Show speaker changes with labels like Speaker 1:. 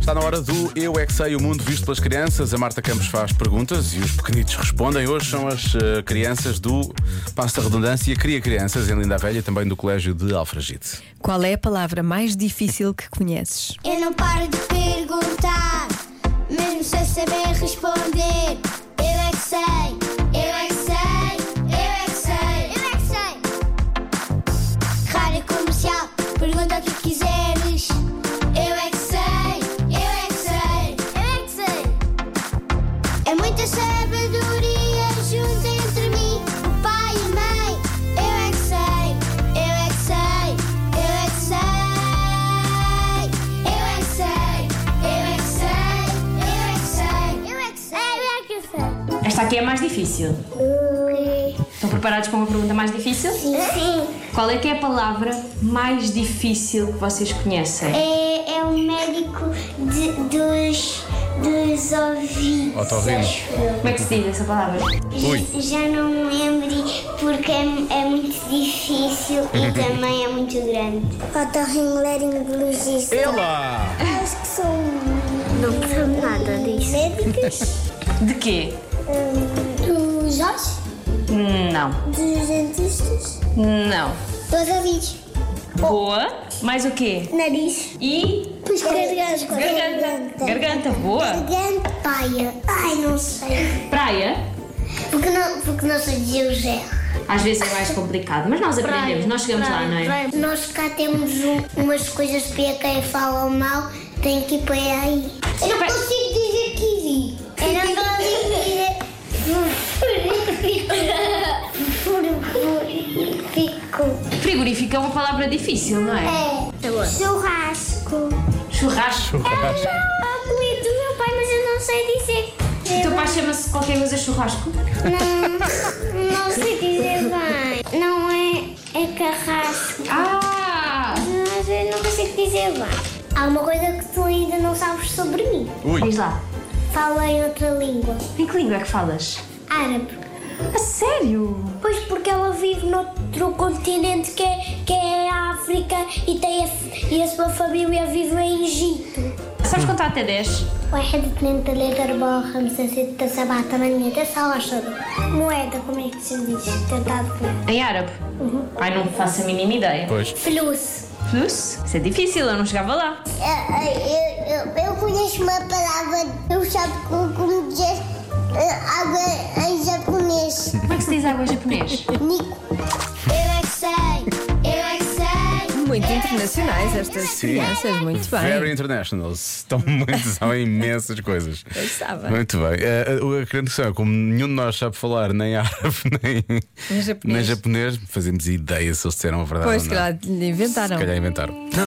Speaker 1: Está na hora do Eu É Que Sei, o mundo visto pelas crianças. A Marta Campos faz perguntas e os pequenitos respondem. Hoje são as eh, crianças do Passo da Redundância Cria Crianças em Linda a Velha, também do Colégio de Alfragite.
Speaker 2: Qual é a palavra mais difícil que conheces?
Speaker 3: Eu não paro de perguntar, mesmo sem saber responder. Eu é que sei, eu é que sei, eu é que sei, eu é que sei. Rádio comercial, pergunta o que quiseres. Eu é que sei, eu é que sei, eu é que sei. É muita sabedoria junta entre mim, o pai e a mãe. Eu é que sei, eu é que sei, eu é que sei. Eu é que sei, eu é que sei, eu é que sei, eu é que sei, eu
Speaker 4: Esta aqui é mais difícil.
Speaker 3: é que sei.
Speaker 4: Estão preparados para uma pergunta mais difícil?
Speaker 3: Sim.
Speaker 4: Qual é que é a palavra mais difícil que vocês conhecem?
Speaker 3: É, é o médico dos, dos ouvidos.
Speaker 1: Otorrino.
Speaker 4: Como é que se diz essa palavra?
Speaker 1: Ui.
Speaker 3: Já não me lembro porque é, é muito difícil e também é muito grande. Otorrinolaringologista.
Speaker 1: Ela!
Speaker 3: Acho que são. Não percebo nada disso. Médicas? um,
Speaker 4: De quê?
Speaker 3: Dos olhos?
Speaker 4: Não.
Speaker 3: Dos dentistas?
Speaker 4: Não.
Speaker 3: Dos ouvidos.
Speaker 4: Boa. Mais o quê?
Speaker 3: Nariz.
Speaker 4: E.
Speaker 3: Pois garganta.
Speaker 4: Garganta. Garganta, boa.
Speaker 3: Garganta. Paia. Ai, não sei.
Speaker 4: Praia.
Speaker 3: Porque não, porque não sei dizer o Zé.
Speaker 4: Às vezes é mais complicado, mas nós aprendemos, nós chegamos lá, não é?
Speaker 3: Nós cá temos um- umas coisas para quem fala mal, tem que ir para aí. Eu
Speaker 4: não
Speaker 3: consigo dizer kiwi. Eu não consigo dizer. Fico.
Speaker 4: Frigorífico é uma palavra difícil, não é?
Speaker 3: É. Churrasco.
Speaker 4: Churrasco.
Speaker 3: É o apelido do meu pai, mas eu não sei dizer.
Speaker 4: O teu pai Então, chama-se qualquer coisa churrasco?
Speaker 3: Não, não sei dizer bem. Não é, é carrasco.
Speaker 4: Ah!
Speaker 3: Mas eu não consigo dizer lá. Há uma coisa que tu ainda não sabes sobre mim.
Speaker 1: Ui!
Speaker 4: Diz lá.
Speaker 3: Fala em outra língua.
Speaker 4: Em que língua é que falas?
Speaker 3: Árabe.
Speaker 4: A sério?
Speaker 3: Pois porque ela vive noutro continente que é, que é a África e, tem a, f- e a sua família vive em Egito. é
Speaker 4: Sabes contar até 10?
Speaker 3: واحد اثنين ثلاثة أربعة خمسة ستة سبعة ثمانية تسعة عشرة moeda como é que se diz tentar ver
Speaker 4: Em árabe? Ai, não faço a mínima ideia.
Speaker 1: Pois.
Speaker 3: fluxo
Speaker 4: Plus? Isso é difícil, eu não chegava lá.
Speaker 3: É, Eu, eu, eu conheço uma palavra, eu sabe como, como dizer eh, água em japonês.
Speaker 4: Como é que se diz água em japonês?
Speaker 3: Nico. Eu é que sei, eu é que sei.
Speaker 2: Muito
Speaker 3: eu é que
Speaker 2: internacionais
Speaker 3: sei,
Speaker 2: estas
Speaker 3: eu é que sei.
Speaker 2: crianças, muito bem.
Speaker 1: Very internationals. Estão muito, são imensas coisas.
Speaker 2: Eu estava.
Speaker 1: Muito bem. Eh, eh, a grande questão é como nenhum de nós sabe falar nem árabe nem,
Speaker 2: Nem japonês.
Speaker 1: nem japonês, fazemos ideia se eles disseram a verdade ou
Speaker 2: Pois, se
Speaker 1: não.
Speaker 2: calhar inventaram.
Speaker 1: Se calhar inventaram.